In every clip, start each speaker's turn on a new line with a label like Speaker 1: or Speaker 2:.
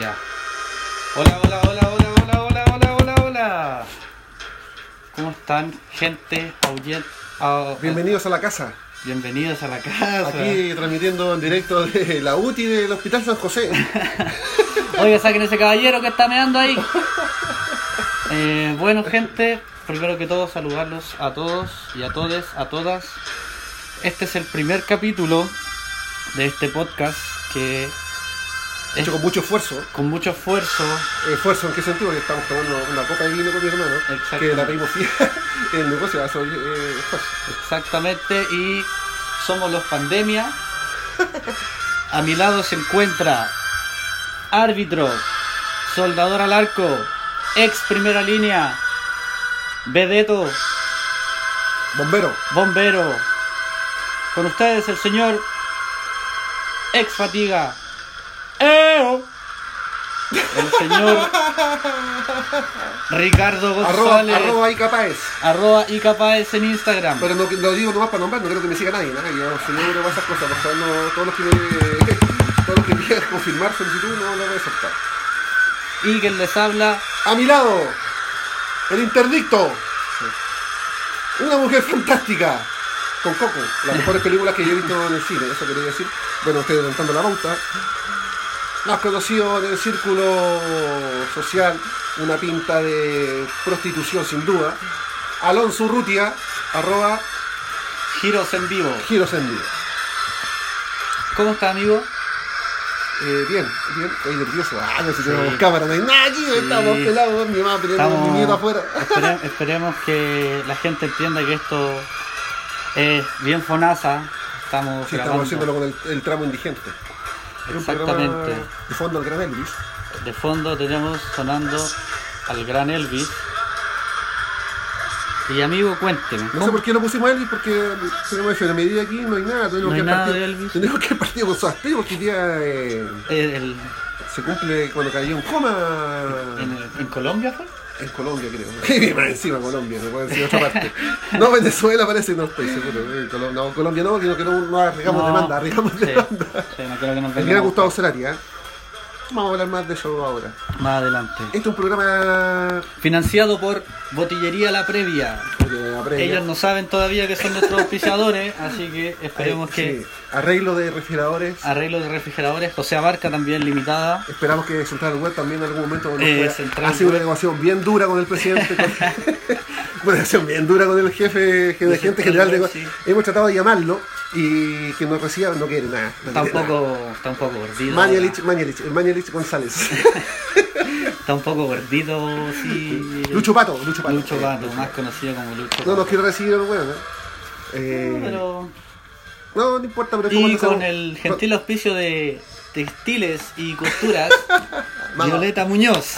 Speaker 1: Ya. Hola, hola, hola, hola, hola, hola, hola, hola, hola. ¿Cómo están, gente, audien- au- au-
Speaker 2: Bienvenidos a la casa.
Speaker 1: bienvenidos a la casa.
Speaker 2: Aquí transmitiendo en directo de la UTI del Hospital San José.
Speaker 1: Oye, saquen ese caballero que está meando ahí. Eh, bueno, gente, primero que todo, saludarlos a todos y a todes, a todas. Este es el primer capítulo de este podcast que
Speaker 2: Hecho con mucho esfuerzo.
Speaker 1: con mucho esfuerzo
Speaker 2: ¿Esfuerzo en qué sentido? Que estamos tomando una copa de vino con mi hermano.
Speaker 1: Exacto.
Speaker 2: Que la pedimos fija en el negocio. Eso, eh, esfuerzo.
Speaker 1: Exactamente, y somos los pandemia. A mi lado se encuentra árbitro, soldador al arco, ex primera línea, vedeto,
Speaker 2: Bombero.
Speaker 1: bombero. Con ustedes el señor ex fatiga. ¡Eo! El señor Ricardo
Speaker 2: Arroba,
Speaker 1: González.
Speaker 2: arroba y capaz.
Speaker 1: arroba y capaz en Instagram.
Speaker 2: Pero no lo digo nomás para nombrar, no creo que me siga nadie. ¿no? Yo soy seguro para esas cosas. Por favor, no- todos los que me- todos los que quieran confirmar solicitud no lo voy a aceptar.
Speaker 1: Y quien les habla,
Speaker 2: A mi lado, el interdicto. Una mujer fantástica. Con Coco. Las mejores películas que yo he visto en el cine, eso quería decir. Bueno, estoy adelantando la pauta. Más conocido en el círculo social, una pinta de prostitución sin duda. Alonso Urrutia, arroba
Speaker 1: Giros en Vivo.
Speaker 2: giros en vivo.
Speaker 1: ¿Cómo está, amigo?
Speaker 2: Eh, bien, bien, estoy nervioso. Ah, no sé si
Speaker 1: Sí.
Speaker 2: tenemos cámara, no hay nada aquí, estamos pelados, mi mamá peleando con mi nieto afuera.
Speaker 1: espere- esperemos que la gente entienda que esto es bien fonasa. Estamos
Speaker 2: Sí,
Speaker 1: grabando
Speaker 2: estamos haciéndolo con el, el tramo indigente. Era un
Speaker 1: Exactamente.
Speaker 2: programa De fondo al gran Elvis.
Speaker 1: De fondo tenemos sonando al gran Elvis. Y amigo, cuénteme.
Speaker 2: No sé por qué lo pusimos a Elvis, porque tenemos efemería aquí, no hay nada. Tenemos
Speaker 1: No hay
Speaker 2: que
Speaker 1: nada
Speaker 2: partir,
Speaker 1: de Elvis.
Speaker 2: Tenemos que partir con su aspecto, porque hoy día eh,
Speaker 1: El- el-
Speaker 2: se cumple cuando cayó en coma
Speaker 1: en,
Speaker 2: en,
Speaker 1: el- ¿en Colombia fue?
Speaker 2: Colombia, creo. Más encima Colombia, no puede decir otra parte. No, Venezuela parece, no estoy seguro. Eh, Colo- no, Colombia no, sino que no, no arriesgamos
Speaker 1: No.
Speaker 2: demanda, arriesgamos
Speaker 1: Sí,
Speaker 2: demanda.
Speaker 1: sí, no creo que nos
Speaker 2: El gran
Speaker 1: vengamos.
Speaker 2: Gustavo Cerati, ¿eh? Vamos a hablar más de eso ahora.
Speaker 1: Más adelante.
Speaker 2: Este es un programa... eh,
Speaker 1: Financiado por Botillería La Previa.
Speaker 2: porque habré-
Speaker 1: Ellos no saben todavía que son nuestros auspiciadores, así que esperemos
Speaker 2: Ay,
Speaker 1: que
Speaker 2: Eh,
Speaker 1: Ah.
Speaker 2: sí. Arreglo de refrigeradores.
Speaker 1: arreglo de refrigeradores, José Abarca también limitada.
Speaker 2: Esperamos que Central Web también en algún momento nos
Speaker 1: Eh,
Speaker 2: pueda-
Speaker 1: Central
Speaker 2: Ha sido una
Speaker 1: Web.
Speaker 2: negociación bien dura con el presidente. con- una negociación bien dura con el jefe,
Speaker 1: De
Speaker 2: gerente
Speaker 1: Central
Speaker 2: general de.
Speaker 1: Web, sí.
Speaker 2: Hemos tratado de llamarlo y que nos reciba no quiere nada. no
Speaker 1: Está un
Speaker 2: quiere nada.
Speaker 1: poco, está un poco gordito.
Speaker 2: Mañalich, Mañalich, el Mañalich González.
Speaker 1: Está un poco gordito, sí.
Speaker 2: Lucho Pato, Lucho Pato.
Speaker 1: Lucho Pato, más conocido como Lucho
Speaker 2: No nos
Speaker 1: Pato.
Speaker 2: quiere recibir el weón. ¿eh? Eh,
Speaker 1: Pero-
Speaker 2: No, no importa, pero ¿cómo
Speaker 1: Y
Speaker 2: lo hacemos?
Speaker 1: con el gentil auspicio de textiles y costuras,
Speaker 2: Vamos.
Speaker 1: Violeta Muñoz.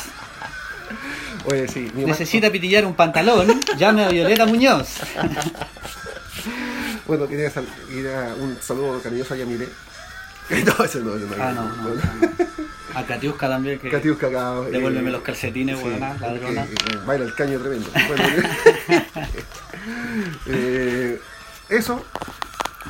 Speaker 2: Oye, sí, mi mamá-
Speaker 1: Necesita pitillar un pantalón, llame a Violeta Muñoz.
Speaker 2: Bueno, quería sal- ir a un saludo cariñoso a Yamile. No, ese no, ese no.
Speaker 1: Ah, no, no, no. A Katiuska también, que
Speaker 2: Catius cagado. eh,
Speaker 1: devuélveme los calcetines,
Speaker 2: sí,
Speaker 1: buena, ladrona.
Speaker 2: eh, eh, baila el caño tremendo. Bueno, eh, eso.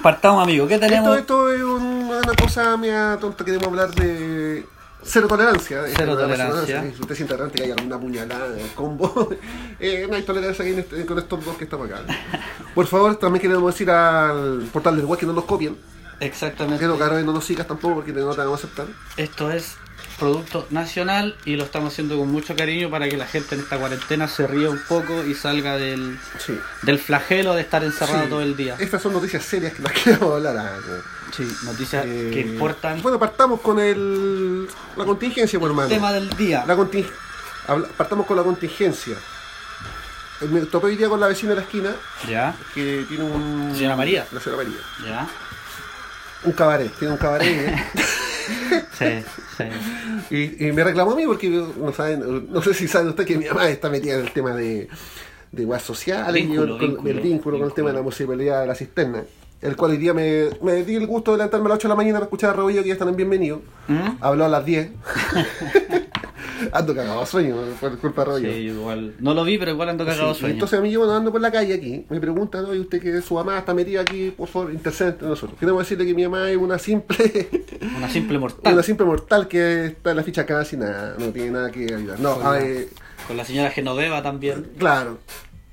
Speaker 1: Partamos, amigo, ¿qué
Speaker 2: Esto,
Speaker 1: tenemos?
Speaker 2: esto es un- una cosa media tonta que debemos hablar de cero tolerancia. Este
Speaker 1: Cero
Speaker 2: programa es
Speaker 1: tolerancia.
Speaker 2: Si usted es intolerante que haya alguna puñalada, un combo, eh, no hay tolerancia aquí en este- con estos dos que estamos acá. Por favor, también queremos decir al portal del web que no nos copien.
Speaker 1: Exactamente.
Speaker 2: Que no, claro, no nos sigas tampoco porque no te vamos a aceptar.
Speaker 1: Esto es producto nacional y lo estamos haciendo con mucho cariño para que la gente en esta cuarentena se ría un poco y salga del,
Speaker 2: Sí.
Speaker 1: del flagelo de estar encerrado
Speaker 2: Sí.
Speaker 1: todo el día.
Speaker 2: Estas son noticias serias que las queremos hablar. ah, no.
Speaker 1: Sí, noticias
Speaker 2: Eh,
Speaker 1: que importan.
Speaker 2: Bueno, partamos con el, la contingencia, pues, hermano.
Speaker 1: tema del día.
Speaker 2: La contin- habla- partamos con la contingencia. Eh, Me topé hoy día con la vecina de la esquina
Speaker 1: Ya,
Speaker 2: que tiene un.
Speaker 1: Señora María.
Speaker 2: La señora María.
Speaker 1: ya.
Speaker 2: Un cabaret, tiene un cabaret. ¿eh?
Speaker 1: Sí, sí.
Speaker 2: Y, y me reclamó a mí porque yo- no saben, no sé si saben ustedes que mi mamá está metida en el tema de, de weas sociales,
Speaker 1: Vínculo,
Speaker 2: y yo con-
Speaker 1: vínculo,
Speaker 2: el vínculo con el
Speaker 1: vínculo.
Speaker 2: tema de la municipalidad de la cisterna. El cual hoy día me, me di el gusto de levantarme a las 8 de la mañana para escuchar a Robillo, que ya están en bienvenido.
Speaker 1: ¿Mm?
Speaker 2: Habló a las 10. Ando cagado de sueño por culpa de rollo.
Speaker 1: Sí, igual. No lo vi, pero igual ando cagado de
Speaker 2: Sí,
Speaker 1: sueño.
Speaker 2: Entonces a mí yo ando por la calle aquí, me preguntan, oye, usted que su mamá está metida aquí, por favor, intercede entre nosotros. Queremos decirle que mi mamá es una simple,
Speaker 1: Una simple mortal.
Speaker 2: una simple mortal que está en la ficha casi nada, no tiene nada que ayudar. No,
Speaker 1: Con
Speaker 2: a
Speaker 1: la-
Speaker 2: ver,
Speaker 1: Con la señora Genoveva también.
Speaker 2: claro.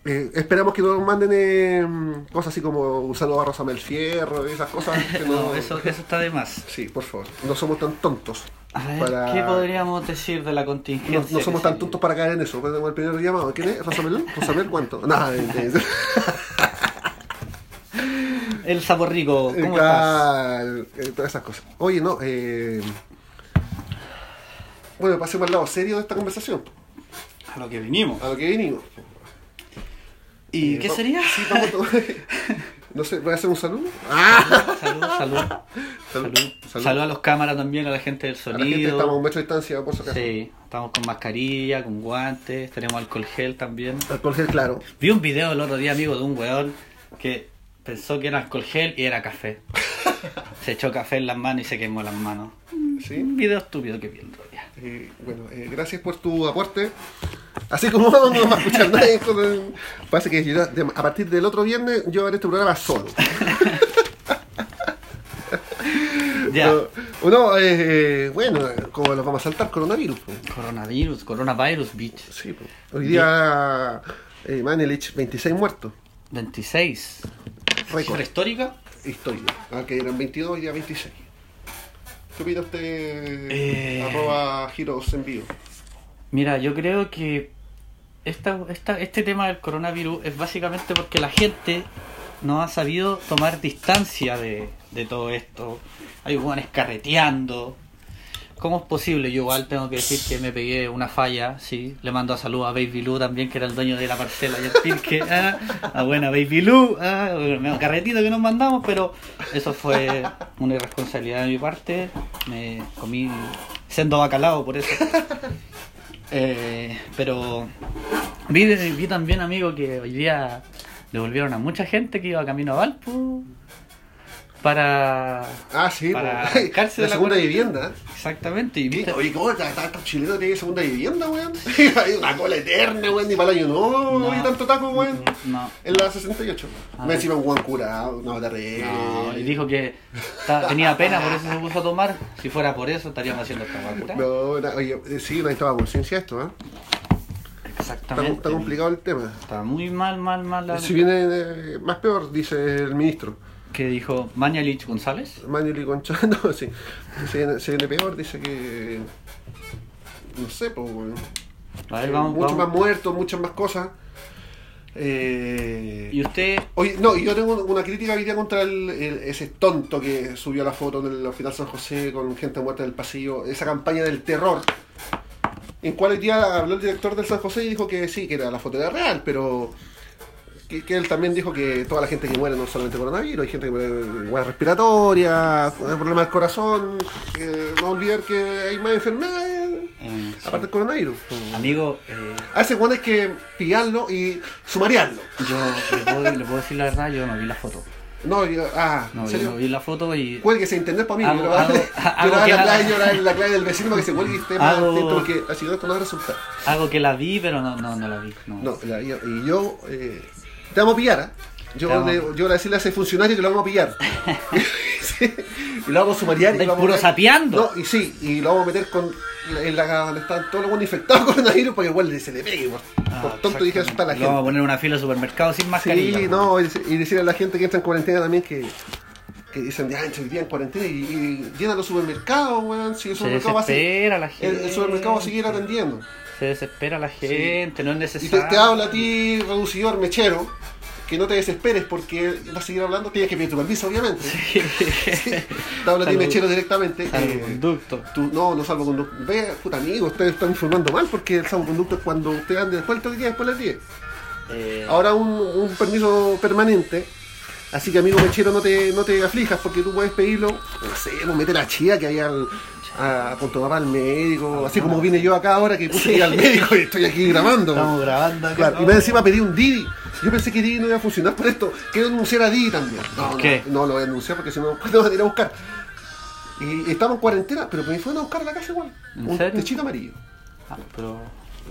Speaker 2: Eh, esperamos que no nos manden eh, cosas así como usando a Rosamel Fierro, esas cosas. Que no,
Speaker 1: No, eso, eso está de más.
Speaker 2: Sí, por favor, no somos tan tontos.
Speaker 1: A ver,
Speaker 2: para-
Speaker 1: ¿qué podríamos decir de la
Speaker 2: No,
Speaker 1: contingencia?
Speaker 2: no somos tan tontos para caer en eso. Perdemos el primer llamado. ¿Quién es? ¿Rosamel? ¿Rosamel cuánto? Nada, eh, eh,
Speaker 1: El sabor rico,
Speaker 2: Eh,
Speaker 1: ¿cómo estás?
Speaker 2: claro, eh, todas esas cosas. Oye, no, eh... Bueno, pasemos al lado serio de esta conversación,
Speaker 1: A lo que vinimos.
Speaker 2: a lo que vinimos.
Speaker 1: ¿Y
Speaker 2: Eh,
Speaker 1: qué
Speaker 2: va-
Speaker 1: sería?
Speaker 2: Sí, vamos a tomar- No sé, ¿voy a hacer un saludo? Ah,
Speaker 1: Salud, salud.
Speaker 2: Salud,
Speaker 1: Salud.
Speaker 2: salud.
Speaker 1: Salud a los cámaras también, a la gente del
Speaker 2: A
Speaker 1: sonido.
Speaker 2: la gente estamos a un metro de distancia, por si acaso.
Speaker 1: Sí, estamos con mascarilla, con guantes, tenemos alcohol gel también.
Speaker 2: Alcohol gel, claro.
Speaker 1: Vi un video el otro día, amigo, de un weón que pensó que era alcohol gel y era café. se echó café en las manos y se quemó las manos.
Speaker 2: Sí.
Speaker 1: Un video estúpido que vi el otro día.
Speaker 2: Eh, bueno, eh, gracias por tu aporte. Así como no nos va a escuchar nadie, con el- parece que yo- de- a partir del otro viernes yo haré este programa solo.
Speaker 1: Ya,
Speaker 2: No, no, eh, bueno, como los vamos a saltar, coronavirus. pues.
Speaker 1: coronavirus, coronavirus, bitch.
Speaker 2: Sí, po. hoy día eh, Manelich, 26 muertos.
Speaker 1: 26.
Speaker 2: Récord.
Speaker 1: ¿Cifra histórica?
Speaker 2: Historia. Ah, que eran 22, hoy día 26. ¿Qué opina usted?
Speaker 1: Eh.
Speaker 2: Arroba giros en vivo.
Speaker 1: Mira, yo creo que esta, esta- este tema del coronavirus es básicamente porque la gente no ha sabido tomar distancia de, de todo esto. Hay hueones carreteando. ¿Cómo es posible? Yo igual tengo que decir que me pegué una falla, sí. Le mando a salud a Baby Lou también, que era el dueño de la parcela y el pirque. Ah, a buena Baby Lou. Ah, bueno, carretito que nos mandamos, pero eso fue una irresponsabilidad de mi parte. Me comí siendo bacalao por eso. Eh, pero vi, vi también, amigo, que hoy día devolvieron a mucha gente que iba camino a Valpo para...
Speaker 2: Ah, sí,
Speaker 1: Para
Speaker 2: po.
Speaker 1: arrancarse
Speaker 2: la
Speaker 1: de la
Speaker 2: segunda
Speaker 1: cuarentena.
Speaker 2: vivienda.
Speaker 1: Exactamente, y viste...
Speaker 2: ¿Qué? Oye, ¿cómo está, está, chileno tiene segunda vivienda, weón? Hay una cola eterna, weón, ni para el año no,
Speaker 1: No.
Speaker 2: oye, tanto taco, weón.
Speaker 1: No.
Speaker 2: En la 68.
Speaker 1: Ah.
Speaker 2: Me encima un weón curado, no, terrible. Eh.
Speaker 1: No, y dijo que ta- tenía pena, por eso se puso a tomar. Si fuera por eso, estaríamos haciendo esta vacuna.
Speaker 2: No, na- oye, eh, sí, no estaba conciencia esto, ¿eh? Está,
Speaker 1: Exactamente.
Speaker 2: está complicado el tema.
Speaker 1: Está muy mal, mal, mal. la-
Speaker 2: Si viene eh, más peor, dice el ministro.
Speaker 1: Que dijo Mañalich González.
Speaker 2: Manuel y Concha, no, sí. Se viene, se viene peor, dice que. No sé, pues. weón.
Speaker 1: A ver, vamos,
Speaker 2: muchos
Speaker 1: vamos.
Speaker 2: más muertos, muchas más cosas. Eh,
Speaker 1: Y usted,
Speaker 2: Oye, no, y yo tengo una crítica hoy día contra el- el- ese tonto que subió la foto en el Hospital San José con gente muerta en el pasillo, esa campaña del terror. En cual hoy día habló el director del San José y dijo que sí, que era la foto era real, pero que, que él también dijo que toda la gente que muere no es solamente coronavirus, hay gente que muere de guerra respiratoria, problemas del corazón, eh, no olvidar que hay más enfermedades,
Speaker 1: eh,
Speaker 2: aparte del coronavirus.
Speaker 1: amigo, eh,
Speaker 2: A ese bueno hay que pillarlo y sumariarlo.
Speaker 1: yo le puedo, le puedo decir la verdad, yo no vi la foto.
Speaker 2: No, yo- ah,
Speaker 1: No,
Speaker 2: ¿en
Speaker 1: vi,
Speaker 2: serio?
Speaker 1: no vi la foto y
Speaker 2: Cuélguese internet para mí.
Speaker 1: Hago-
Speaker 2: yo la-
Speaker 1: hago-
Speaker 2: yo
Speaker 1: hago
Speaker 2: la
Speaker 1: que
Speaker 2: en
Speaker 1: la-
Speaker 2: la clave, yo la en la clave del vecino para que se cuelgue y esté más
Speaker 1: Hago-
Speaker 2: atento porque así no esto no va a resultar.
Speaker 1: algo que la vi, pero no, no, no la vi. No.
Speaker 2: No, la- yo- y yo. eh, te vamos a pillar, ¿ah? Yo,
Speaker 1: Te vamos a
Speaker 2: le- yo le decirle a ese funcionario que lo vamos a pillar. Sí, y lo vamos a sumariar. y
Speaker 1: Andáis
Speaker 2: lo vamos a
Speaker 1: puro
Speaker 2: meter-
Speaker 1: sapeando.
Speaker 2: No, y sí, y lo vamos a meter con. En la donde están todos los buenos infectados con coronavirus para que igual se le pegue. Por,
Speaker 1: Ah,
Speaker 2: por tonto dije asustar a la
Speaker 1: Lo
Speaker 2: gente.
Speaker 1: vamos a poner en una fila de supermercado sin mascarilla.
Speaker 2: Sí, no, y dec- y decir a la gente que entra en cuarentena también que, que dicen, ah, estoy día en cuarentena y, y llenan los supermercados, weón. Si el
Speaker 1: Se
Speaker 2: supermercado va a seguir,
Speaker 1: desespera la
Speaker 2: el,
Speaker 1: gente.
Speaker 2: el supermercado va a seguir atendiendo.
Speaker 1: Se desespera la gente, no es
Speaker 2: Y
Speaker 1: necesario.
Speaker 2: te, te habla a ti, reducidor, mechero, que no te desesperes porque va a seguir hablando, tienes que pedir tu permiso, obviamente. Te habla a ti,
Speaker 1: Salud.
Speaker 2: mechero, directamente. eh,
Speaker 1: Salvoconducto.
Speaker 2: tú- no, no salvoconducto. Ve, puta amigo, ustedes están informando mal porque el salvoconducto es cuando usted ande después del día, después de las 10.
Speaker 1: Eh,
Speaker 2: ahora un, un permiso permanente. Así que amigo mechero, no te, no te aflijas porque tú puedes pedirlo, no sé, pues, meter a chía que hay al, a Punto Papá, al médico, así como vine yo acá ahora que puse que ir al médico y estoy aquí grabando.
Speaker 1: Estamos grabando acá.
Speaker 2: Claro, y me encima pedí un Didi. Yo pensé que Didi no iba a funcionar por esto. Quiero anunciar a Didi también. No, no,
Speaker 1: ¿Qué?
Speaker 2: No, lo voy a anunciar porque si no, no van a ir a buscar. Y estamos en cuarentena, pero me fueron a buscar a la casa igual.
Speaker 1: ¿En
Speaker 2: un
Speaker 1: serio?
Speaker 2: techito amarillo.
Speaker 1: Ah, pero.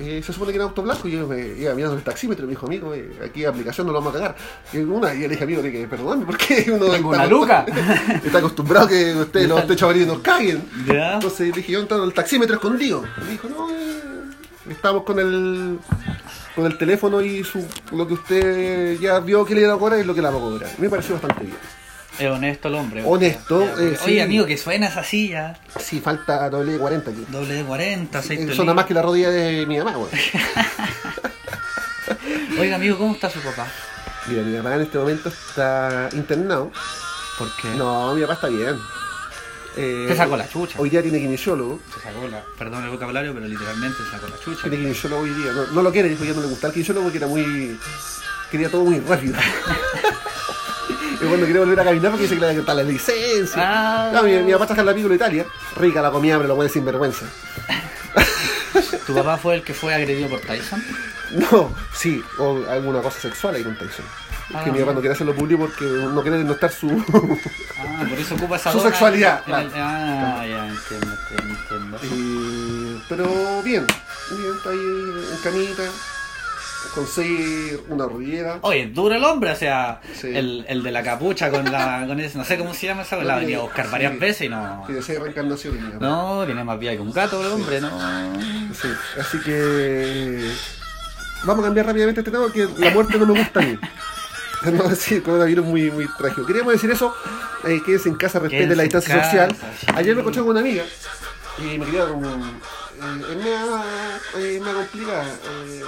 Speaker 2: Eh, se supone que era auto blanco y yo me iba mirando el taxímetro y me dijo, amigo, eh, aquí la aplicación no lo vamos a cagar. Y una, y yo le dije, amigo, tiene que perdonarme porque uno
Speaker 1: Tengo una luca.
Speaker 2: está acostumbrado que ustedes, los techos abiertos nos caguen.
Speaker 1: Ya.
Speaker 2: Entonces le dije, yo entrando al taxímetro escondido. Y me dijo, no, eh, estábamos con el con el teléfono y su, lo que usted ya vio que le iba a cobrar es lo que le va a cobrar. Me pareció bastante bien.
Speaker 1: Es honesto el hombre.
Speaker 2: Honesto,
Speaker 1: Ya, porque-
Speaker 2: eh, sí.
Speaker 1: Oye, amigo, que suena esa silla.
Speaker 2: Sí, falta doble de 40 aquí.
Speaker 1: Doble de 40, 6
Speaker 2: Eh, Suena más que la rodilla de mi mamá, güey.
Speaker 1: Oiga, amigo, ¿cómo está su papá?
Speaker 2: Mira, mi mamá en este momento está internado.
Speaker 1: Porque
Speaker 2: No, mi papá está bien. Eh,
Speaker 1: Se sacó la chucha.
Speaker 2: Hoy día tiene kinesiólogo.
Speaker 1: se sacó la. Perdón el vocabulario, pero literalmente se sacó la chucha.
Speaker 2: Tiene kinesiólogo hoy día. No, no lo quiere, dijo que ya no le gustaba el kinesiólogo porque era muy. quería todo muy rápido. Y cuando quiere volver a caminar porque dice que le va a quitar la licencia.
Speaker 1: Ah.
Speaker 2: No, mi, mi papá está en la pícola Italia. Rica la comida, pero lo puede sin vergüenza.
Speaker 1: ¿Tu papá fue el que fue agredido por Tyson?
Speaker 2: No, sí, o alguna cosa sexual ahí con Tyson.
Speaker 1: Ah.
Speaker 2: que mi papá no quiere hacerlo público porque no quiere denotar su.
Speaker 1: Ah, por eso ocupa esa
Speaker 2: Su
Speaker 1: dona
Speaker 2: sexualidad,
Speaker 1: en el- Ah, ya, entiendo, entiendo, entiendo.
Speaker 2: Eh, pero bien, bien, está ahí en camita. Conseguí una rodillera.
Speaker 1: Oye, duro el hombre, o sea,
Speaker 2: Sí.
Speaker 1: el, el de la capucha con la. con ese, no sé cómo se llama esa, la venía a buscar varias
Speaker 2: Sí.
Speaker 1: veces y no.
Speaker 2: Y de seis reencarnaciones, mi papá.
Speaker 1: No, tiene más vida que un gato el hombre, no.
Speaker 2: Sí, así que. Vamos a cambiar rápidamente este tema porque la muerte no me gusta a mí. No, sí, el coronavirus es muy, muy trágico. Queríamos decir eso, eh, quédense en casa, respeten
Speaker 1: Quédense
Speaker 2: la distancia
Speaker 1: en casa,
Speaker 2: social.
Speaker 1: sí.
Speaker 2: Ayer me encontré con una amiga y me quería como. Eh, es mea, eh, mea complicada. eh,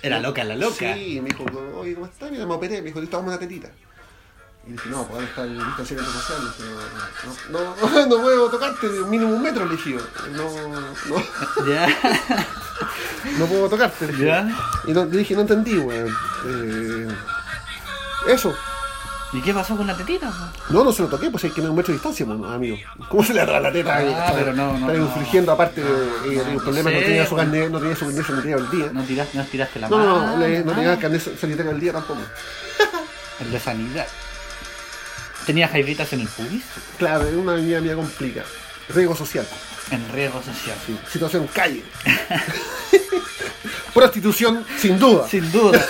Speaker 1: Era loca, la loca.
Speaker 2: Sí, me dijo, oye, ¿cómo estás? Mira, me operé, me dijo, listo, vamos a una tetita. Y dije, no, pues ahora está el distanciamiento social. Le dije, no, no, no, no, no puedo tocarte, mínimo un metro, le dije yo. No, no,
Speaker 1: Ya.
Speaker 2: no puedo tocarte. le dije.
Speaker 1: ¿Ya?
Speaker 2: Y no, le dije, no entendí, weón. Eh, eso.
Speaker 1: ¿Y qué pasó con la tetita? po?
Speaker 2: No, no se lo toqué, pues hay que tener un metro de distancia, pues, amigo. ¿Cómo se le atrás la teta?
Speaker 1: Ah,
Speaker 2: ahí? Está-
Speaker 1: pero no, no,
Speaker 2: Está
Speaker 1: no.
Speaker 2: infringiendo, aparte, eh, eh, el
Speaker 1: no
Speaker 2: problema no
Speaker 1: sé,
Speaker 2: tenía su
Speaker 1: weón.
Speaker 2: carnet, no tenía su carnet, no tenía el día.
Speaker 1: No tiraste, no tiraste la
Speaker 2: No,
Speaker 1: mano.
Speaker 2: no, no, le- no tenía
Speaker 1: Ah,
Speaker 2: el carnet sanitario al día tampoco.
Speaker 1: El de sanidad. Tenía jaibritas en el pubis.
Speaker 2: Claro, es una vida mía complicada. Riesgo social,
Speaker 1: En riesgo social.
Speaker 2: sí. situación calle. Prostitución, sin duda.
Speaker 1: Sin duda.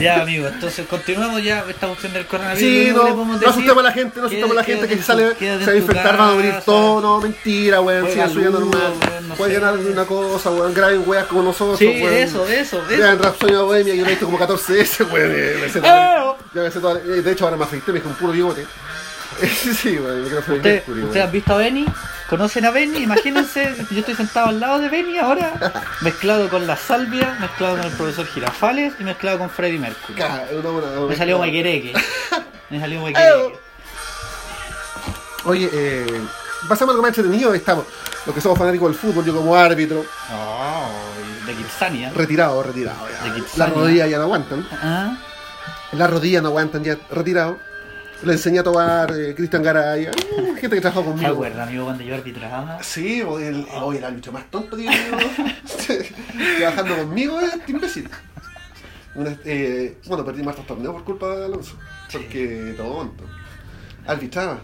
Speaker 1: ya, amigo, entonces continuamos ya esta cuestión del coronavirus.
Speaker 2: Sí,
Speaker 1: le
Speaker 2: no,
Speaker 1: podemos
Speaker 2: no
Speaker 1: decir.
Speaker 2: asustemos a la gente, no asustemos a la
Speaker 1: Quédate-
Speaker 2: gente que si
Speaker 1: quédate
Speaker 2: sale,
Speaker 1: en tu- quédate
Speaker 2: se va a
Speaker 1: en tu
Speaker 2: infectar, van a morir
Speaker 1: casa.
Speaker 2: todos, no, mentira, weón,
Speaker 1: Juega
Speaker 2: siga su vida
Speaker 1: ludo,
Speaker 2: normal.
Speaker 1: weón, no
Speaker 2: Pueden
Speaker 1: sé.
Speaker 2: ganar alguna cosa, weón, graben weas como nosotros,
Speaker 1: Sí,
Speaker 2: weón.
Speaker 1: eso, eso, eso.
Speaker 2: Vean Rapsodia Bohemia, yo lo he visto como 14 veces, weón. eh, me sé
Speaker 1: Ah.
Speaker 2: todo- Yo me sé todo- eh, de hecho ahora me afeité, me dejé un puro bigote. sí, weón, me quiero hacer
Speaker 1: Usted-
Speaker 2: Mercury,
Speaker 1: ¿Ustedes
Speaker 2: weón.
Speaker 1: han visto a Benny? ¿Conocen a Benny? Imagínense, yo estoy sentado al lado de Benny ahora, mezclado con la salvia, mezclado con el profesor Girafales y mezclado con Freddy Mercury.
Speaker 2: Ca- una buena-
Speaker 1: Me salió Maiquereque. Me salió Maiquereque.
Speaker 2: Oye, eh, pasamos algo más entretenido, estamos. Los que somos fanáticos del fútbol, yo como árbitro,
Speaker 1: Oh, de Kitsania.
Speaker 2: retirado, retirado. ya.
Speaker 1: De
Speaker 2: La
Speaker 1: Kitsania.
Speaker 2: rodilla ya no aguantan.
Speaker 1: Ah,
Speaker 2: Las rodillas no aguantan ya, retirado. Le enseñé a tomar Cristian Garay, ah, gente que trabajó
Speaker 1: ¿Se
Speaker 2: conmigo.
Speaker 1: acuerdan, amigo, cuando yo arbitraba?
Speaker 2: Sí, o el, o el árbitro más tonto que yo he trabajando conmigo es este imbécil. Una- eh, bueno, perdí más torneos por culpa de Alonso. Porque tonto. Arbitraba.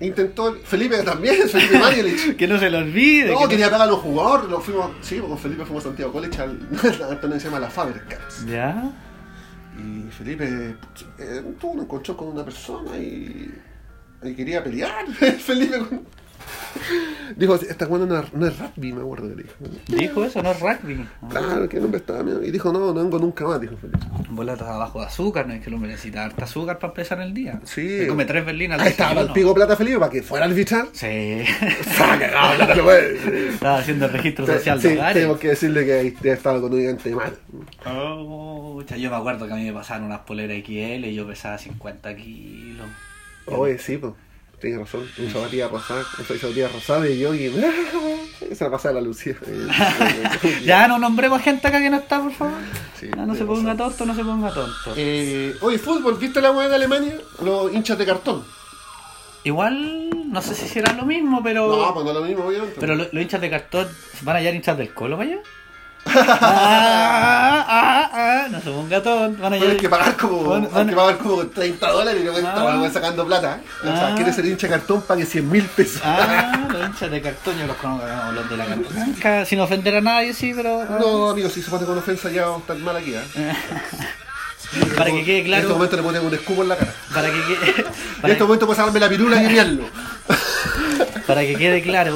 Speaker 2: Intentó. Felipe también, Felipe Manielich.
Speaker 1: Que no se lo olvide.
Speaker 2: No,
Speaker 1: que no-
Speaker 2: quería pagar a los jugadores, los fuimos, sí, con Felipe fuimos a Santiago College al, al torneo que se llama la Faber Cats.
Speaker 1: ¿Ya?
Speaker 2: Y Felipe eh, tuvo un encontró con una persona y, y quería pelear. Felipe con- dijo, esta cuando no, es- no es rugby, me acuerdo que le dijo.
Speaker 1: Dijo eso, no es rugby. Ah,
Speaker 2: Claro, que no me estaba miedo. Y dijo, no, no vengo nunca más, dijo Felipe.
Speaker 1: Boletas abajo Ah, de azúcar, no es que lo necesita harta azúcar para empezar el día.
Speaker 2: Sí.
Speaker 1: Se come tres berlinas. al
Speaker 2: Ahí estaba el
Speaker 1: desayuno.
Speaker 2: pico plata Felipe para que fuera al arbitrar.
Speaker 1: Sí.
Speaker 2: Saca,
Speaker 1: ah,
Speaker 2: plata, no puede.
Speaker 1: Estaba haciendo el registro social de
Speaker 2: Sí,
Speaker 1: hogares.
Speaker 2: tenemos que decirle que ahí estaba económicamente mal.
Speaker 1: Oh, cha, yo me acuerdo que a mí me pasaron unas poleras XL y yo pesaba 50 kilos.
Speaker 2: Oye, sí, pues. Tienes razón. Un zapatilla rosada, un zapatilla rosada de yogi. Se la pasaba la Lucía.
Speaker 1: Ya no nombremos gente acá que no está, por favor.
Speaker 2: Sí,
Speaker 1: Ah, no se
Speaker 2: tiene
Speaker 1: ponga
Speaker 2: razón.
Speaker 1: tonto, no se ponga tonto.
Speaker 2: Eh, oye, fútbol, ¿viste la hueá de Alemania? Los hinchas de cartón.
Speaker 1: Igual, no sé si será lo mismo, pero.
Speaker 2: Oh. No, pues no es lo mismo, obviamente.
Speaker 1: Pero lo- los hinchas de cartón, ¿van a hallar hinchas del colo para allá? Ah, ah, ah, no somos un gatón. Van a
Speaker 2: Bueno, hay que
Speaker 1: llegar.
Speaker 2: pagar como,
Speaker 1: Bueno,
Speaker 2: hay
Speaker 1: bueno.
Speaker 2: que pagar como 30 dólares y luego
Speaker 1: Ah.
Speaker 2: esta weá va sacando plata. O sea,
Speaker 1: Ah.
Speaker 2: quiere ser hincha de cartón, pague 100 mil pesos.
Speaker 1: Ah, los hinchas de cartón, yo los conozco, no, los de la cartón blanca. Sin ofender a nadie, sí, pero.
Speaker 2: No, amigo, si se pone con ofensa ya vamos a estar mal aquí, ¿eh?
Speaker 1: Para que quede
Speaker 2: En este
Speaker 1: claro.
Speaker 2: momento le ponen un escupo en la cara.
Speaker 1: Para que quede.
Speaker 2: En
Speaker 1: para
Speaker 2: este momento puedes darme la pirula y guiarlo.
Speaker 1: Para que quede claro,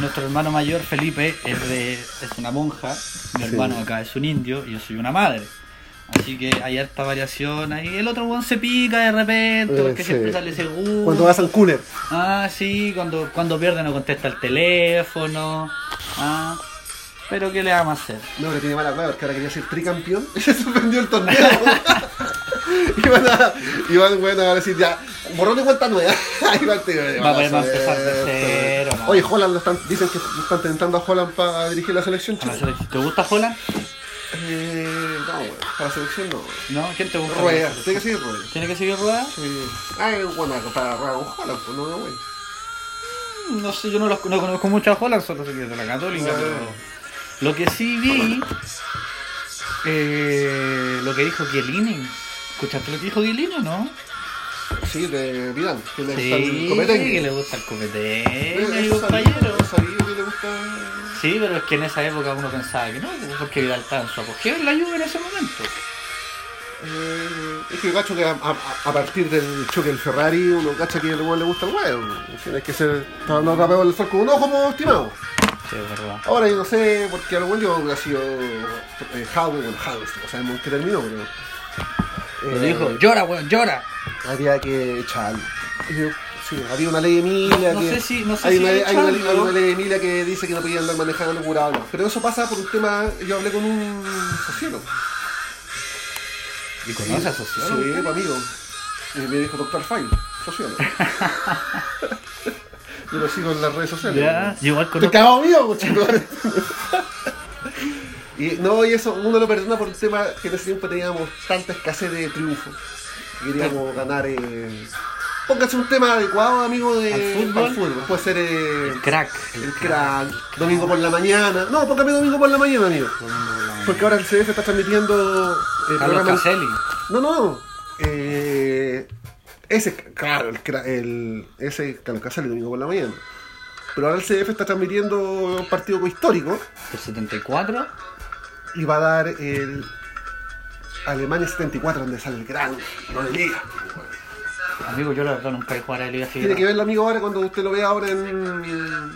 Speaker 1: nuestro hermano mayor Felipe es, de, es una monja, mi hermano acá es un indio y yo soy una madre. Así que hay harta variación ahí. El otro one se pica de repente
Speaker 2: Eh,
Speaker 1: porque
Speaker 2: sí.
Speaker 1: siempre sale seguro.
Speaker 2: Cuando vas al cooler.
Speaker 1: Ah, sí, cuando, cuando pierde no contesta el teléfono. Ah, pero ¿qué le vamos a hacer?
Speaker 2: No, pero tiene mala hueá porque ahora quería ser tricampeón y se suspendió el torneo. y van a, y van, bueno, a decir ya, borrón de cuenta nueva. Ahí va el tío.
Speaker 1: Va a poder empezar de cero, man.
Speaker 2: Oye, Holland, lo están, dicen que lo están tentando a Holland para dirigir la selección,
Speaker 1: A la
Speaker 2: chico.
Speaker 1: selección. ¿Te gusta Jola?
Speaker 2: Eh, no, güey, para la selección no. güey.
Speaker 1: ¿No? ¿Quién te gusta?
Speaker 2: Rueda, tiene que seguir Rueda.
Speaker 1: ¿Tiene que seguir Rueda?
Speaker 2: Sí. Ay, bueno, para Rueda con Holland, pues no, no, güey.
Speaker 1: Mm, No sé, yo no, los, no conozco mucho a Holland, solo sé que es de la Católica,
Speaker 2: Ah.
Speaker 1: pero. Lo que sí vi. eh, lo que dijo Chiellini. ¿Escuchaste lo que dijo Chiellini o no?
Speaker 2: Sí, de Vidal, que le gusta el Eh,
Speaker 1: que
Speaker 2: copeteño.
Speaker 1: le gusta el copeteño, mi
Speaker 2: Eso sabía,
Speaker 1: compañero.
Speaker 2: sabía que le gusta...
Speaker 1: Sí, pero es que en esa época uno pensaba que no, porque Vidal estaba en su apogeo en la lluvia en ese momento.
Speaker 2: Eh, es que cacho que a, a- a partir del choque del Ferrari uno cacha que el weón le gusta el weón. En fin, es que se está dando rapeo el sol con un ojo, como estimado.
Speaker 1: Sí, es verdad.
Speaker 2: Ahora yo no sé, porque al weón yo creo que ha sido eh, Howe, bueno, Howe, no sabemos en qué terminó, pero.
Speaker 1: Lo
Speaker 2: eh,
Speaker 1: dijo, llora, weón, llora.
Speaker 2: Había que echarlo. Eh, Sí, había una ley de Emilia
Speaker 1: No
Speaker 2: que.
Speaker 1: sé si- no sé
Speaker 2: hay,
Speaker 1: si
Speaker 2: una, hay, una, ley-
Speaker 1: echarlo.
Speaker 2: hay una ley de Emilia que dice que no podían andar manejando curados. Pero eso pasa por un tema. Yo hablé con un sociólogo.
Speaker 1: ¿Y conoce a sociólogo?
Speaker 2: Sí, pues, amigo. Y me dijo Doctor Fine, sociólogo. Yo lo sigo en las redes sociales.
Speaker 1: Ya, yo igual
Speaker 2: Te
Speaker 1: conozco.
Speaker 2: cago mío, chico. y no, y eso uno lo perdona por el tema que en ese tiempo teníamos tanta escasez de triunfo. Queríamos ganar. Eh... Póngase un tema adecuado, amigo, de
Speaker 1: Al fútbol.
Speaker 2: para el Puede ser eh,
Speaker 1: El crack.
Speaker 2: el crack, domingo por la mañana. No, póngame domingo por la mañana, amigo. Porque ahora el CDF está transmitiendo eh, el
Speaker 1: Carlos Caselli.
Speaker 2: no, no. Eh, ese, claro, el, cra- el, ese Carlos Casal el domingo por la mañana. Pero ahora el CDF está transmitiendo un partido histórico
Speaker 1: ¿El 74?
Speaker 2: y va a dar el Alemania 74, donde sale el gran, no le diga.
Speaker 1: Amigo, yo la verdad nunca he jugado a la Liga
Speaker 2: Tiene que
Speaker 1: Figueroa.
Speaker 2: verlo, amigo, ahora cuando usted lo vea ahora en, en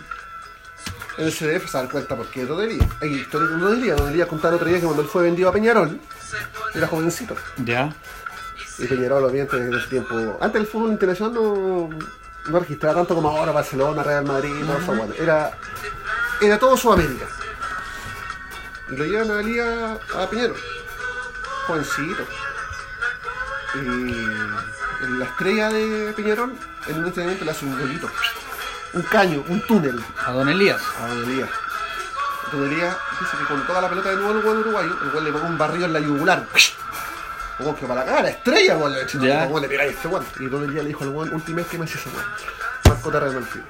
Speaker 2: el CDF, se va a dar cuenta porque es Dodelía. Hay histórico en Dodelía. Dodelía contar otro día que cuando él fue vendido a Peñarol, era jovencito.
Speaker 1: Ya.
Speaker 2: Y Peñarol, obviamente, desde ese tiempo. Antes el fútbol internacional no, no registraba tanto como ahora Barcelona, Real Madrid, todo eso, bueno. Era, era todo Sudamérica. Y lo llevan a la liga a Peñarol. Jovencito. Y en la estrella de Peñarol, en un entrenamiento le hace un golito. Un caño, un túnel
Speaker 1: A Don Elías.
Speaker 2: a Don Elías. Don Elías dice que con toda la pelota de nuevo el weón uruguayo, el weón le pone un barrio en la yugular. Como que para la cara, estrella, weón, le echó
Speaker 1: Ya.
Speaker 2: le pegáis a este weón. Y Don Elías le dijo al weón, última vez que me hacía ese weón. Marcó terreno al fin.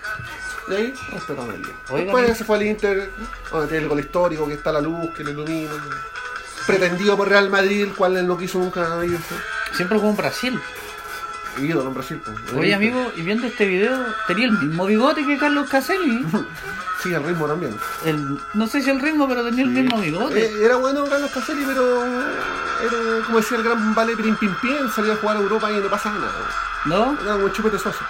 Speaker 2: Y ahí, respetó a Don Elías.
Speaker 1: Oiga,
Speaker 2: Después
Speaker 1: mi-
Speaker 2: se fue al Inter, donde tiene el gol histórico, que está la luz, que le ilumina. Pretendido por Real Madrid, el cual él no quiso nunca irse.
Speaker 1: Siempre jugó en Brasil.
Speaker 2: Ídolo en Brasil, pues.
Speaker 1: Oye, amigo, y viendo este video, tenía el mismo bigote que Carlos Caselli.
Speaker 2: Sí, el ritmo también.
Speaker 1: El- no sé si el ritmo, pero tenía el mismo bigote.
Speaker 2: Eh, era bueno Carlos Caselli, pero eh, era, como decía el gran vale Pim Pim Pim, salía a jugar a Europa y no pasaba nada.
Speaker 1: ¿No?
Speaker 2: Era un chupete soso.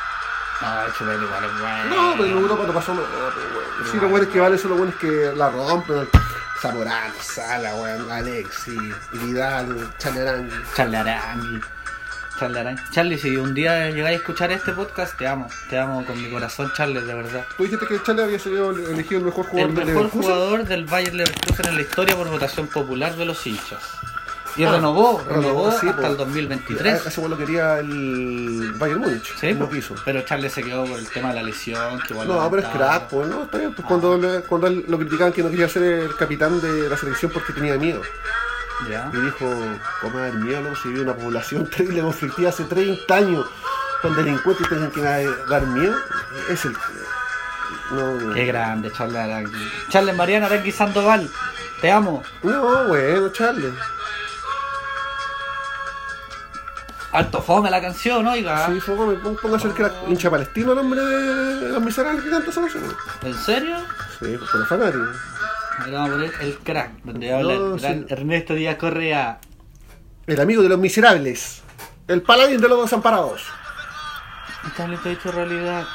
Speaker 1: No, el chupete igual es bueno.
Speaker 2: No, pero en Europa no pasó nada. Pero, bueno. Sí, los buenos que vale son los buenos que la rompen. Zamorano, Sala, weón, Alexi, Vidal, Chanerán.
Speaker 1: Charlarangui. Charlarangui. Charlie, si un día llegáis a escuchar este podcast, te amo. Te amo con mi corazón, Charlie, de verdad.
Speaker 2: Tú dijiste que Chale había sido elegido el mejor
Speaker 1: El
Speaker 2: jugador
Speaker 1: mejor
Speaker 2: de Leverkusen.
Speaker 1: jugador del Bayern Leverkusen en la historia por votación popular de los hinchas. Y
Speaker 2: Ah,
Speaker 1: renovó, renovó
Speaker 2: sí,
Speaker 1: hasta
Speaker 2: po.
Speaker 1: el 2023.
Speaker 2: A- Ese weón lo quería el Bayern Múnich.
Speaker 1: Sí, pues.
Speaker 2: no
Speaker 1: po.
Speaker 2: quiso.
Speaker 1: Pero Charles se quedó por el tema de la lesión, que igual
Speaker 2: No, pero es
Speaker 1: levantaba.
Speaker 2: crack, pues, ¿no? Está bien, pues, cuando, le- cuando él lo criticaban que no quería ser el capitán de la selección porque tenía miedo.
Speaker 1: Ya.
Speaker 2: Y dijo, comer miedo, ¿no? si vive una población terrible conflictiva hace 30 años con delincuentes y tienen que dar- dar miedo, es el... No,
Speaker 1: Qué grande, Charles Arangui. Charles Mariano Arangui Sandoval. Te amo.
Speaker 2: No, bueno, Charlie.
Speaker 1: Alto fome la canción, oiga.
Speaker 2: Sí, Fogo, me pongo pongo a hacer que era hincha palestino el hombre de los miserables que canta esa canción.
Speaker 1: ¿En serio?
Speaker 2: Sí, pues, porque era fanático.
Speaker 1: Ahí le vamos a poner el crack, donde habla el
Speaker 2: No,
Speaker 1: gran
Speaker 2: sí.
Speaker 1: Ernesto Díaz Correa.
Speaker 2: El amigo de los miserables. El paladín de los desamparados.
Speaker 1: Está listo hecho realidad.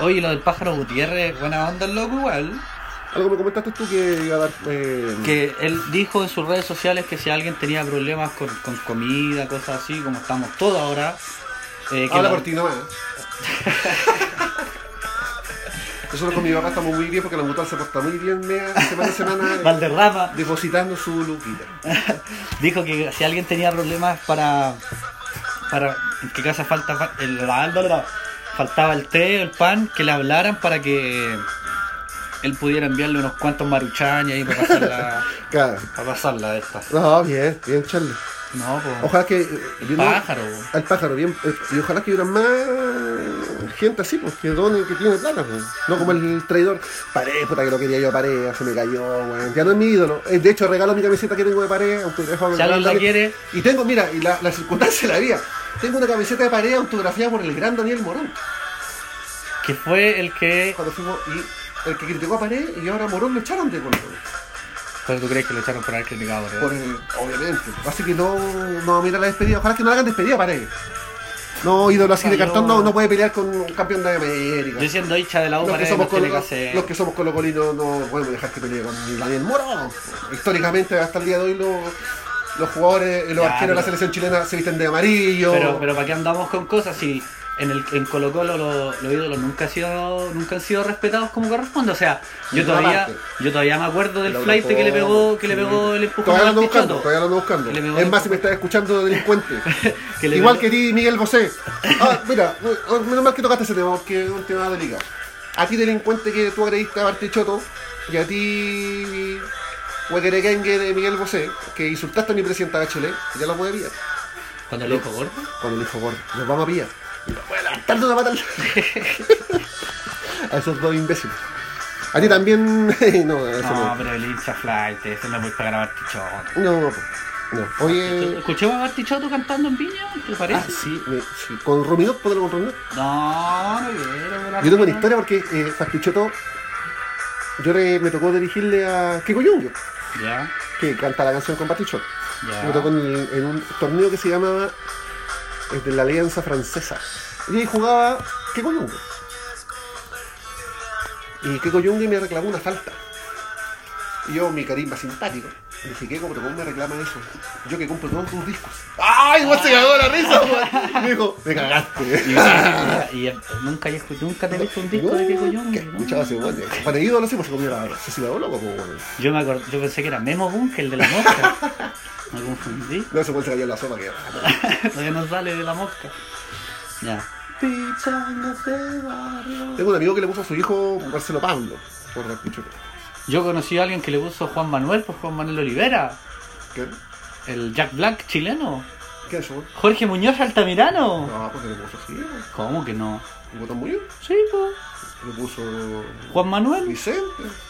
Speaker 1: Oye, lo del pájaro Gutiérrez, buena onda el loco igual.
Speaker 2: Algo me comentaste tú que iba a dar. eh,
Speaker 1: Que él dijo en sus redes sociales que si alguien tenía problemas con, con comida, cosas así, como estamos todos ahora. eh, que
Speaker 2: Habla
Speaker 1: la-
Speaker 2: por ti nomás. Nosotros con mi papá estamos muy bien porque la mutual se porta muy bien mea, semana a semana eh,
Speaker 1: Valderrama
Speaker 2: depositando su luquita.
Speaker 1: dijo que si alguien tenía problemas para. para en qué casa falta fa- el, la- la- la- faltaba el té, el pan, que le hablaran para que él pudiera enviarle unos cuantos maruchanes ahí para pasarla,
Speaker 2: Claro.
Speaker 1: para pasarla esta.
Speaker 2: No, bien, bien, Charlie.
Speaker 1: No, pues.
Speaker 2: Ojalá que. eh, yo no-
Speaker 1: Pájaro, po.
Speaker 2: Al pájaro, bien. eh, Y ojalá que hubiera más gente así, pues, que done, que tiene plata, pues. No como el traidor. Pared, puta que lo quería yo a pared, se me cayó, weón. Ya no es mi ídolo. Eh, De hecho, regalo mi camiseta que tengo de pared, autografiada por
Speaker 1: Si
Speaker 2: el
Speaker 1: alguien
Speaker 2: gran
Speaker 1: la
Speaker 2: Daniel.
Speaker 1: quiere.
Speaker 2: Y tengo, mira, y la, la circunstancia de la vida. Tengo una camiseta de pared autografiada por el gran Daniel Morón.
Speaker 1: que fue el que.
Speaker 2: Cuando fuimos, y el que criticó a pared y ahora a Morón lo echaron de control.
Speaker 1: Pero tú crees que lo echaron por haber criticado, ¿verdad?
Speaker 2: Por el- obviamente. Así que no, no mira la despedida. Ojalá que no hagan despedida para él. No, ídolo así de
Speaker 1: Cayó.
Speaker 2: cartón no, no puede pelear con un campeón de América.
Speaker 1: Yo siendo hincha de la U,
Speaker 2: Los que,
Speaker 1: parece que
Speaker 2: somos
Speaker 1: no tiene
Speaker 2: colo,
Speaker 1: que hacer.
Speaker 2: los que somos colocolinos no podemos dejar que pelee con Daniel Morón. Históricamente, hasta el día de hoy, los, los jugadores, los
Speaker 1: Ya,
Speaker 2: arqueros de la
Speaker 1: pero-
Speaker 2: selección chilena se visten de amarillo.
Speaker 1: Pero, pero ¿para qué andamos con cosas si en el en Colo Colo los ídolos nunca, ha sido, nunca han sido respetados como corresponde? O sea, yo
Speaker 2: Ninguna
Speaker 1: todavía,
Speaker 2: parte.
Speaker 1: yo todavía me acuerdo del
Speaker 2: La
Speaker 1: flight que le pegó, que le
Speaker 2: sí.
Speaker 1: pegó el empujón
Speaker 2: Todavía lo
Speaker 1: al
Speaker 2: ando buscando,
Speaker 1: Pichoto.
Speaker 2: todavía lo ando buscando.
Speaker 1: Que le pegó
Speaker 2: es
Speaker 1: el
Speaker 2: más, si me estás escuchando, delincuente.
Speaker 1: Que le
Speaker 2: Igual
Speaker 1: pegó-
Speaker 2: que ti, Miguel Bosé. Ah, mira, eh, menos mal que tocaste ese tema, porque es un tema delicado. A ti, delincuente, que tú agrediste a Bartichotto, y a ti, huequerequengue de Miguel Bosé, que insultaste a mi presidenta Bachelet, ya lo puede pillar.
Speaker 1: Cuando le dijo gordo.
Speaker 2: Cuando le dijo, gordo, los vamos a pillar. Y los voy a levantar de una pata al- a esos dos imbéciles. A ti también. no, eso
Speaker 1: No,
Speaker 2: no.
Speaker 1: pero el hincha flight, eso no puede pagar a Bartichotto.
Speaker 2: No, no, no. Oye.
Speaker 1: ¿Escuchamos a Bartichotto cantando en Viña? ¿Te
Speaker 2: Ah,
Speaker 1: parece?
Speaker 2: sí, me- sí. con Ruminot, ¿puedo con Ruminot?
Speaker 1: No, no quiero.
Speaker 2: Ah, Yo tengo una historia porque eh, Fastichotto, yo le- me tocó dirigirle a Kiko Jungio,
Speaker 1: Ya,
Speaker 2: que canta la canción con Fastichotto. Me tocó
Speaker 1: ya.
Speaker 2: en, el- en un torneo que se llamaba eh, de la Alianza Francesa. Y ahí jugaba Kiko Jungio. Y Kiko Jungio me reclamó una falta. Y yo, mi carisma simpático, le dije, Kiko, pero ¿cómo me reclama eso? Yo que compro todos tus discos. ¡Ay, vos se cagó la risa, weón! Me dijo, me cagaste.
Speaker 1: Y eh, nunca, he escu- nunca te he visto un disco de Kiko Young.
Speaker 2: ¿Qué?
Speaker 1: ¿no?
Speaker 2: Escuchaba ese weón. Para el ídolo sí, pues se comió la se me loco, pues, weón.
Speaker 1: Yo me acordé, yo pensé que era Memo Bunke, el de la mosca. Me confundí.
Speaker 2: No, ese weón se cayó en la sopa, que
Speaker 1: Todavía no sale de la mosca. Ya. Pichangas de barrio.
Speaker 2: Tengo un amigo que le puso a su hijo Marcelo Pablo, por el pichuco.
Speaker 1: Yo conocí a alguien que le puso Juan Manuel, pues Juan Manuel Olivera.
Speaker 2: ¿Qué?
Speaker 1: El Jack Black chileno.
Speaker 2: ¿Qué es eso, weón?
Speaker 1: Jorge Muñoz Altamirano.
Speaker 2: No, pues le puso así, weón.
Speaker 1: ¿Cómo que no?
Speaker 2: Un botón muy bien.
Speaker 1: Sí, pues.
Speaker 2: Le puso.
Speaker 1: Juan Manuel.
Speaker 2: Vicente.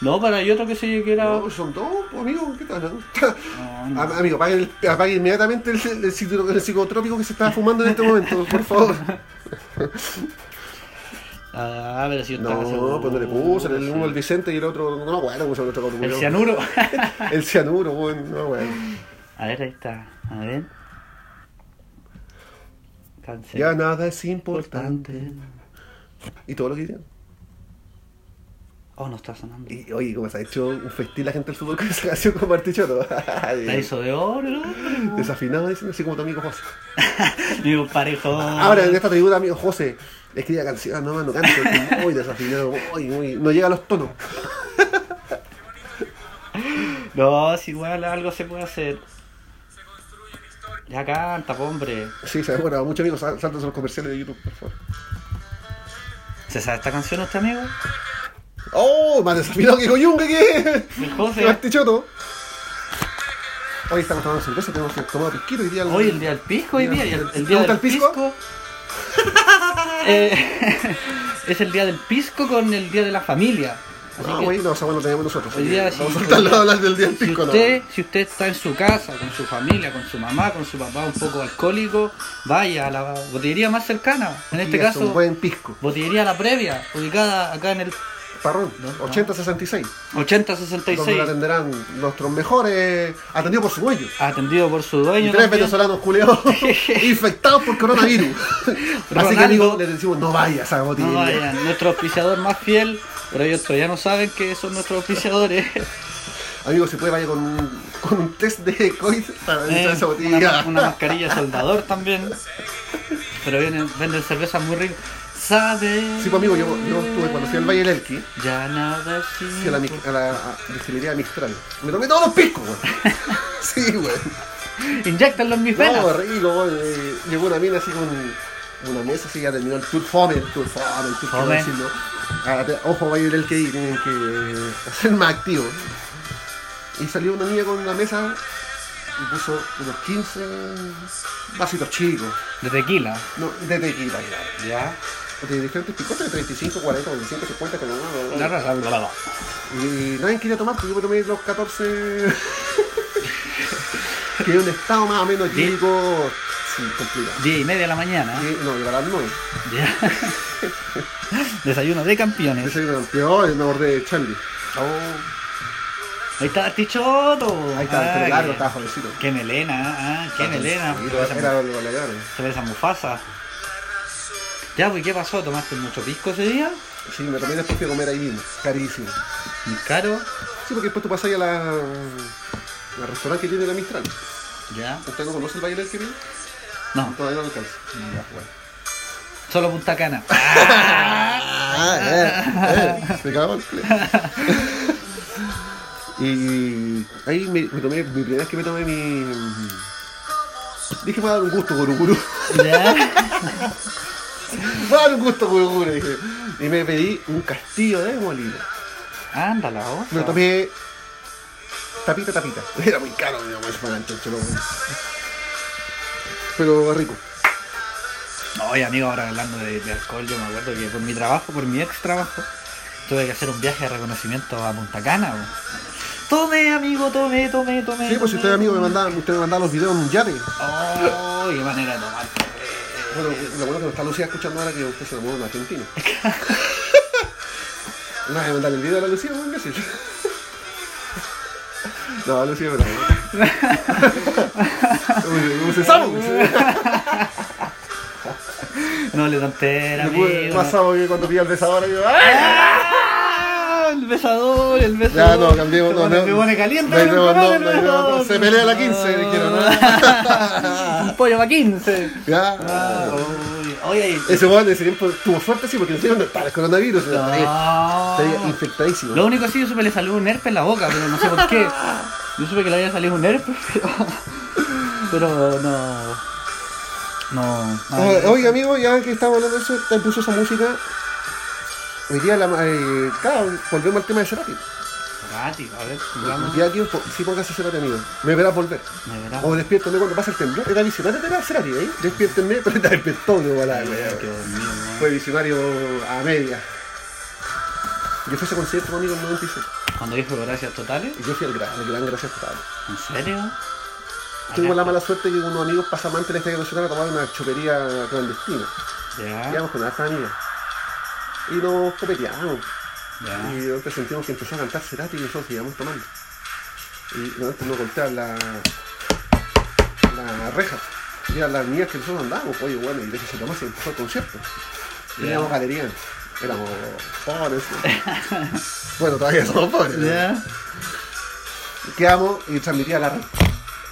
Speaker 1: No, para yo otro que se que era.
Speaker 2: No, son dos, pues, amigo, ¿qué tal? no?
Speaker 1: No, no.
Speaker 2: Am- Amigo, apague, el- apague inmediatamente el, el citro- el psicotrópico que se estaba fumando en este momento, por favor.
Speaker 1: Ah, pero si yo estaba
Speaker 2: No,
Speaker 1: seguro.
Speaker 2: pues no le puso, el uno el
Speaker 1: Sí.
Speaker 2: Vicente y el otro, no me acuerdo cómo se llama el otro
Speaker 1: El
Speaker 2: culiao.
Speaker 1: cianuro.
Speaker 2: El cianuro, weón, no, weón.
Speaker 1: A ver, ahí está. A ver. Cáncer.
Speaker 2: Ya nada es importante. Y todo lo que hicieron.
Speaker 1: Oh, no está sonando.
Speaker 2: Y oye, como se ha hecho un festín la gente del fútbol con esa canción con Martichoto.
Speaker 1: La hizo de oro, ¿no?
Speaker 2: Desafinado, dicen así como tu amigo José.
Speaker 1: Mi parejo.
Speaker 2: Ahora, en esta tribuna, amigo José, escribe canciones, no, no canto, estoy muy desafinado, muy, muy, no llega a los tonos.
Speaker 1: No, si igual algo se puede hacer. Ya canta, po, hombre.
Speaker 2: Sí, se bueno, muchos amigos sal- saltan los comerciales de YouTube, por favor.
Speaker 1: ¿Se sabe esta canción este amigo?
Speaker 2: ¡Oh! Más desafinado que Coyunga, ¿qué?
Speaker 1: El José.
Speaker 2: Martichoto. Hoy estamos tomando cerveza, tenemos que tomar pisquito y día algo-
Speaker 1: Hoy el día del pisco, hoy día. y El, el
Speaker 2: ¿Te
Speaker 1: día
Speaker 2: gusta
Speaker 1: del
Speaker 2: el pisco?
Speaker 1: Eh, es el día del pisco con el día de la familia. Así
Speaker 2: No,
Speaker 1: que,
Speaker 2: güey, no, esa Ah, bueno, tenemos nosotros.
Speaker 1: Hoy día,
Speaker 2: Vamos
Speaker 1: sí,
Speaker 2: a saltar
Speaker 1: hoy
Speaker 2: las
Speaker 1: día.
Speaker 2: hablar del día del
Speaker 1: si
Speaker 2: pico,
Speaker 1: usted, si usted está en su casa, con su familia, con su mamá, con su papá un poco alcohólico, vaya a la botillería más cercana. En
Speaker 2: no.
Speaker 1: este
Speaker 2: Pídase Un
Speaker 1: caso,
Speaker 2: buen pisco.
Speaker 1: botillería La Previa, ubicada acá en el
Speaker 2: Parrón,
Speaker 1: No, no.
Speaker 2: 8066. Donde lo
Speaker 1: 8066,
Speaker 2: atenderán nuestros mejores, atendido por su dueño.
Speaker 1: atendido por su
Speaker 2: Y
Speaker 1: dueño.
Speaker 2: tres
Speaker 1: también.
Speaker 2: venezolanos culeados infectados por coronavirus. Así que
Speaker 1: Ronaldo.
Speaker 2: amigo, les decimos, no vayas a esa
Speaker 1: No
Speaker 2: botillería.
Speaker 1: vayan, nuestro auspiciador más fiel, pero ellos todavía no saben que son nuestros auspiciadores.
Speaker 2: Amigo, se puede vaya con, un- con un test de COVID para dentro de esa
Speaker 1: Eh, una,
Speaker 2: botella.
Speaker 1: una mascarilla soldador también. Pero vienen, venden cervezas muy ricas. ¿Sabes?
Speaker 2: Sí, pues amigo, yo, yo estuve cuando fui al Valle del Elqui,
Speaker 1: Ya nada
Speaker 2: fui a la, mi- a la a- destilería Mistral. Me tomé todos los piscos, weón. Sí, weón.
Speaker 1: Inyectanlo en mis venas.
Speaker 2: No, rico, weón. Eh, Llegó una mina así con una mesa, así ya terminó el tour fome, el tour fome, el tour fome.
Speaker 1: Fome.
Speaker 2: decirlo. Ah, te- Ojo, Valle del Elqui, tienen que ser más activos. Y salió una niña con una mesa y puso unos 15 vasitos chicos.
Speaker 1: De tequila.
Speaker 2: No, de tequila, claro.
Speaker 1: Ya.
Speaker 2: De diferentes picotes de 35, 40, 25, 50, que no, no, no. Y nadie quería tomar, porque yo me tomé los 14. que es un estado más o menos químico. Sí, complicado.
Speaker 1: Diez y media de la mañana.
Speaker 2: Y, no, llegará las 9.
Speaker 1: Ya. Desayuno de campeones.
Speaker 2: Ese era el peor, me acordé de Charlie.
Speaker 1: Ahí está Tichoto.
Speaker 2: Ahí está, el
Speaker 1: Ah,
Speaker 2: pelo largo,
Speaker 1: qué-
Speaker 2: estaba jovencito.
Speaker 1: Qué melena, ah, qué melena.
Speaker 2: Sí,
Speaker 1: Cerveza
Speaker 2: Era era el goleador.
Speaker 1: cerveza Mufasa. Ya, pues, ¿qué pasó? ¿Tomaste mucho pisco ese día?
Speaker 2: Sí, me tomé después de comer ahí mismo, carísimo.
Speaker 1: Muy caro.
Speaker 2: Sí, porque después tú pasas ahí a la. al restaurante que tiene la Mistral.
Speaker 1: Ya.
Speaker 2: ¿Usted no conoce el Valle del Querido?
Speaker 1: No,
Speaker 2: Todavía no alcanza. Bueno.
Speaker 1: solo Punta Cana.
Speaker 2: Ah, eh, eh, me cagaba el culo. Y ahí me, me tomé, mi primera vez que me tomé mi. Dije, me va a dar un gusto, guru guru.
Speaker 1: Ya.
Speaker 2: Ah, Me va a dar un gusto, guru guru. Dije. Y me pedí un castillo de molino.
Speaker 1: Ándala, otra.
Speaker 2: Me lo tomé tapita, tapita. Era muy caro, mi mamá, es para el chocho, lo bueno. Pero rico.
Speaker 1: Oye, amigo, ahora hablando de, de alcohol, yo me acuerdo que por mi trabajo, por mi ex trabajo, tuve que hacer un viaje de reconocimiento a Punta Cana. weón. Tome, amigo, tome, tome, tome.
Speaker 2: Sí, pues
Speaker 1: tome.
Speaker 2: si ustedes amigos me mandaban, ustedes me mandaban los videos en un yate.
Speaker 1: Oh, qué manera de tomar.
Speaker 2: Bueno, lo bueno que nos está Lucía escuchando ahora que usted se enamoró de un argentino. no, voy a mandar el video a la Lucía, un imbécil. No, Lucía, pero. Uy, uy, se sabe, uy.
Speaker 1: No le tontera,
Speaker 2: Después
Speaker 1: amigo.
Speaker 2: pasado que cuando pilla el besador, yo. ¡Ah!
Speaker 1: ¡Ah! El besador, el
Speaker 2: Ya,
Speaker 1: besador.
Speaker 2: no, cambiemos,
Speaker 1: Se
Speaker 2: no,
Speaker 1: pone-
Speaker 2: no.
Speaker 1: Se pone caliente.
Speaker 2: No,
Speaker 1: el
Speaker 2: no,
Speaker 1: besador,
Speaker 2: no,
Speaker 1: el
Speaker 2: no, no,
Speaker 1: besador.
Speaker 2: se pelea la 15, dijeron, ¿no?
Speaker 1: Un pollo va 15.
Speaker 2: Ya.
Speaker 1: Ah, uy, Oye,
Speaker 2: Ese weón de ese tiempo tuvo suerte, sí, porque no sé dónde estaba el coronavirus.
Speaker 1: no.
Speaker 2: Está infectadísimo.
Speaker 1: Lo único sí, yo supe que le salió un herpes en la boca, pero no sé por qué. Yo supe que le había salido un herpes, pero. Pero no. No.
Speaker 2: Eh,
Speaker 1: no.
Speaker 2: oye, amigo, ya que estamos hablando de eso, te puso esa música. Hoy día, la, ma- eh, claro, volvemos al tema de Cerati.
Speaker 1: Gati, a ver,
Speaker 2: Hoy
Speaker 1: sigamos.
Speaker 2: día, tío, po- sí póngase Cerati, amigo. Me verás volver.
Speaker 1: De verdad.
Speaker 2: O despiértame cuando pase el temblor. Era visionario, era Cerati, ¿eh? Despiérteme, pero te despertó de volada,
Speaker 1: Qué
Speaker 2: güey.
Speaker 1: dormido, ¿no?
Speaker 2: Fue visionario a media. Yo fui a ese concierto, amigo, en 96.
Speaker 1: Cuando dijo gracias totales,
Speaker 2: Y yo fui al gran, al gran gracias total.
Speaker 1: ¿en serio?
Speaker 2: Tuvimos la mala suerte que unos amigos pasamantes del Estadio Nacional a tomar una chopería clandestina.
Speaker 1: Ya,
Speaker 2: Íbamos con hartas amigas. Y nos copeteamos.
Speaker 1: ya.
Speaker 2: Y de repente sentimos que empezó a cantar Cerati y nosotros seguíamos tomando. Y de repente nos golpeaban la, la reja. Y eran las niñas que nosotros andábamos, pues, oye, bueno, y de que se tomase y empezó el concierto. Y
Speaker 1: Ya.
Speaker 2: Teníamos galería. Éramos pobres. bueno, todavía somos pobres.
Speaker 1: Ya.
Speaker 2: Y quedamos y transmitía la red.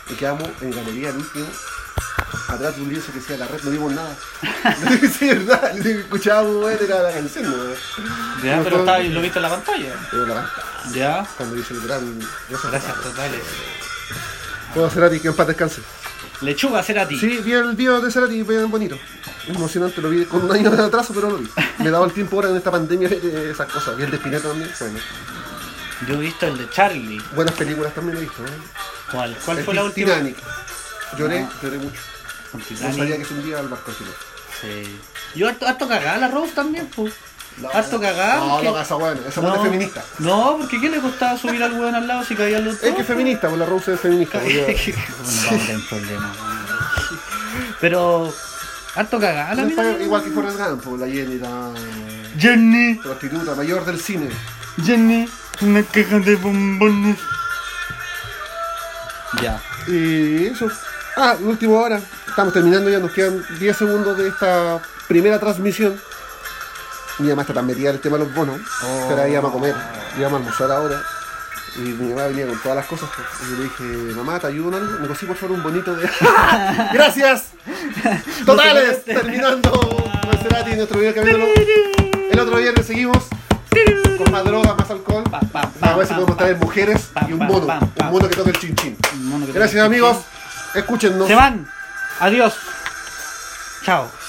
Speaker 2: Y quedamos en galería el último. Atrás de un lienzo que decía la red, no vimos nada. sí, verdad. Lo que escuchábamos, bueno, era la canción, weón.
Speaker 1: Ya, pero
Speaker 2: No puedo-
Speaker 1: estaba- lo viste en la pantalla.
Speaker 2: Pero la
Speaker 1: Ya.
Speaker 2: cuando dice el gran.
Speaker 1: Gracias totales.
Speaker 2: Puedo Cerati, que en paz descanse.
Speaker 1: Lechuga será ti.
Speaker 2: Sí, vi el video de Cerati, bien bonito. Emocionante, lo vi con un año de atraso, pero lo vi. Me he dado el tiempo ahora en esta pandemia de esas cosas. Vi el de Spinetta también, bueno.
Speaker 1: Yo he visto el de Charlie.
Speaker 2: Buenas películas también he visto, ¿eh?
Speaker 1: ¿Cuál? ¿Cuál
Speaker 2: El
Speaker 1: fue la
Speaker 2: Tit-
Speaker 1: última?
Speaker 2: Titanic. Lloré,
Speaker 1: Ah.
Speaker 2: lloré mucho.
Speaker 1: Con
Speaker 2: No sabía
Speaker 1: Titanic.
Speaker 2: que es un día al barco chino.
Speaker 1: Sí. Yo harto, harto cagada la Rose también, pues. harto cagado.
Speaker 2: No,
Speaker 1: porque-
Speaker 2: no, esa weón, esa weón es feminista.
Speaker 1: No, porque ¿qué le costaba subir al weón al lado si caían los
Speaker 2: Es que
Speaker 1: dos?
Speaker 2: es feminista, pues la Rose es feminista. porque-
Speaker 1: Bueno, vamos a tener problemas. weón. Pero, harto cagada la mina.
Speaker 2: Igual que Forrest Gump, pues la Jenny, la
Speaker 1: Jenny,
Speaker 2: prostituta mayor del cine.
Speaker 1: Jenny, una caja de bombones. Ya.
Speaker 2: Y eso. Ah, último hora. Estamos terminando ya, nos quedan 10 segundos de esta primera transmisión. Mi mamá está tan metida en el tema de los bonos.
Speaker 1: Oh.
Speaker 2: que Ahora íbamos a comer, íbamos a almorzar ahora. Y mi mamá venía con todas las cosas. pues. Y yo le dije, mamá, ¿te ayudo en algo? Me cosí por favor un bonito de. ¡Gracias! Totales, terminando Maserati y nuestro video camino. El otro viernes seguimos con más droga, más alcohol.
Speaker 1: Pa, pa, pa,
Speaker 2: A ver si
Speaker 1: pa,
Speaker 2: podemos
Speaker 1: pa.
Speaker 2: traer mujeres
Speaker 1: Pa,
Speaker 2: y un
Speaker 1: pa,
Speaker 2: mono.
Speaker 1: pa, pa.
Speaker 2: Un mono que toque el chin chin.
Speaker 1: Un mono que
Speaker 2: Gracias
Speaker 1: toca el
Speaker 2: amigos, escúchennos.
Speaker 1: Se van. Adiós. Chao.